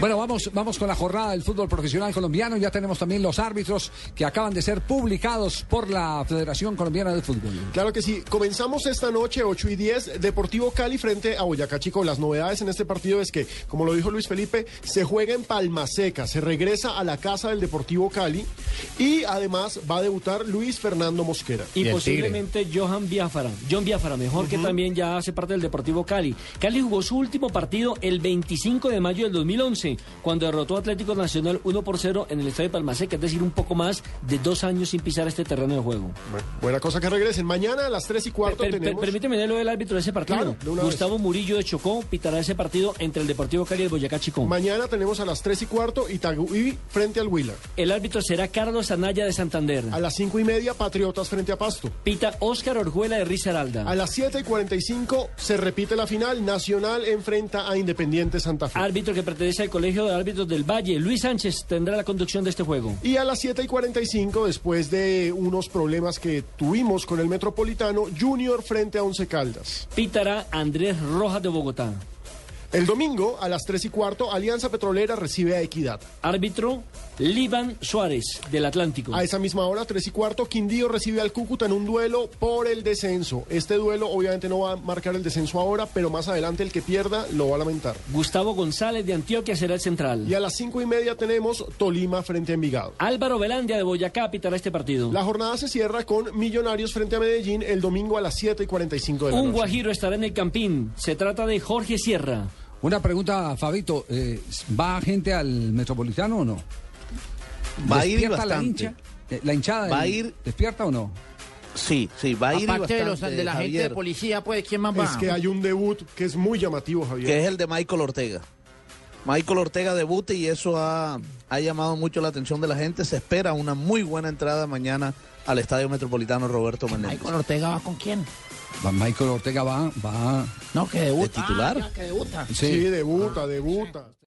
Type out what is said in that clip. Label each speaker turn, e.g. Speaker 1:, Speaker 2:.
Speaker 1: Bueno, vamos, vamos con la jornada del fútbol profesional colombiano. Ya tenemos también los árbitros que acaban de ser publicados por la Federación Colombiana de Fútbol.
Speaker 2: Claro que sí. Comenzamos esta noche, 8 y 10, Deportivo Cali frente a Boyacá Chico. Las novedades en este partido es que, como lo dijo Luis Felipe, se juega en Palmaseca, se regresa a la casa del Deportivo Cali y además va a debutar Luis Fernando Mosquera.
Speaker 3: Y, posiblemente Johan Biafara. John Biafara, mejor que también ya hace parte del Deportivo Cali. Cali jugó su último partido el 25 de mayo del 2011, cuando derrotó a Atlético Nacional 1 por 0 en el Estadio Palmaseca, es decir, un poco más de dos años sin pisar este terreno de juego.
Speaker 2: Bueno, buena cosa que regresen. Mañana a las 3 y cuarto
Speaker 3: Per- per-
Speaker 2: tenemos...
Speaker 3: permíteme leer lo del árbitro de ese partido.
Speaker 2: Claro, de una
Speaker 3: Gustavo Murillo de Chocó pitará ese partido entre el Deportivo Cali y el Boyacá Chicó.
Speaker 2: Mañana tenemos a las 3 y cuarto Itagüí frente al Huila.
Speaker 3: el árbitro será Carlos Anaya de Santander.
Speaker 2: A las 5 y media Patriotas frente a Pasto.
Speaker 3: Pita Óscar Orjuela de Risaralda.
Speaker 2: A las 7 y 45 se repite la final. Nacional enfrenta a Independiente Santa Fe.
Speaker 3: Árbitro que pertenece al Colegio de Árbitros del Valle, Luis Sánchez, tendrá la conducción de este juego.
Speaker 2: Y a las 7 y 45, después de unos problemas que tuvimos con el Metropolitano, Junior frente a Once Caldas.
Speaker 3: Pitará Andrés Rojas de Bogotá.
Speaker 2: El domingo, a las 3 y cuarto, Alianza Petrolera recibe a Equidad.
Speaker 3: Árbitro Liban Suárez del Atlántico.
Speaker 2: A esa misma hora, 3 y cuarto, Quindío recibe al Cúcuta en un duelo por el descenso. Este duelo obviamente no va a marcar el descenso ahora, pero más adelante el que pierda lo va a lamentar.
Speaker 3: Gustavo González de Antioquia será el central.
Speaker 2: Y a las 5 y media tenemos Tolima frente a Envigado.
Speaker 3: Álvaro Velandia de Boyacá pitará este partido.
Speaker 2: La jornada se cierra con Millonarios frente a Medellín el domingo a las 7 y 45 de la
Speaker 3: Un
Speaker 2: noche.
Speaker 3: guajiro estará en el campín. Se trata de Jorge Sierra.
Speaker 1: Una pregunta, Fabito. eh, ¿Va gente al Metropolitano o no?
Speaker 4: Va a ir y
Speaker 1: ¿Despierta la,
Speaker 4: bastante.
Speaker 1: hincha, eh, la hinchada?
Speaker 4: Va a
Speaker 1: del-
Speaker 4: ir-
Speaker 1: ¿Despierta o no?
Speaker 4: Sí, sí, va a ir y
Speaker 5: Aparte de, los,
Speaker 4: bastante,
Speaker 5: de la gente de
Speaker 4: Javier,
Speaker 5: policía, pues, ¿quién más va?
Speaker 2: Es que hay un debut que es muy llamativo, Javier.
Speaker 4: que es el de Michael Ortega. Michael Ortega debuta y eso ha, ha llamado mucho la atención de la gente. Se espera una muy buena entrada mañana al Estadio Metropolitano Roberto
Speaker 5: Ay,
Speaker 4: Menéndez.
Speaker 5: con Ortega va con quién?
Speaker 1: Va- Michael Ortega va, va.
Speaker 5: No, que debuta.
Speaker 4: ¿De titular?
Speaker 5: Ah, ya, que debuta.
Speaker 2: Sí, debuta, debuta.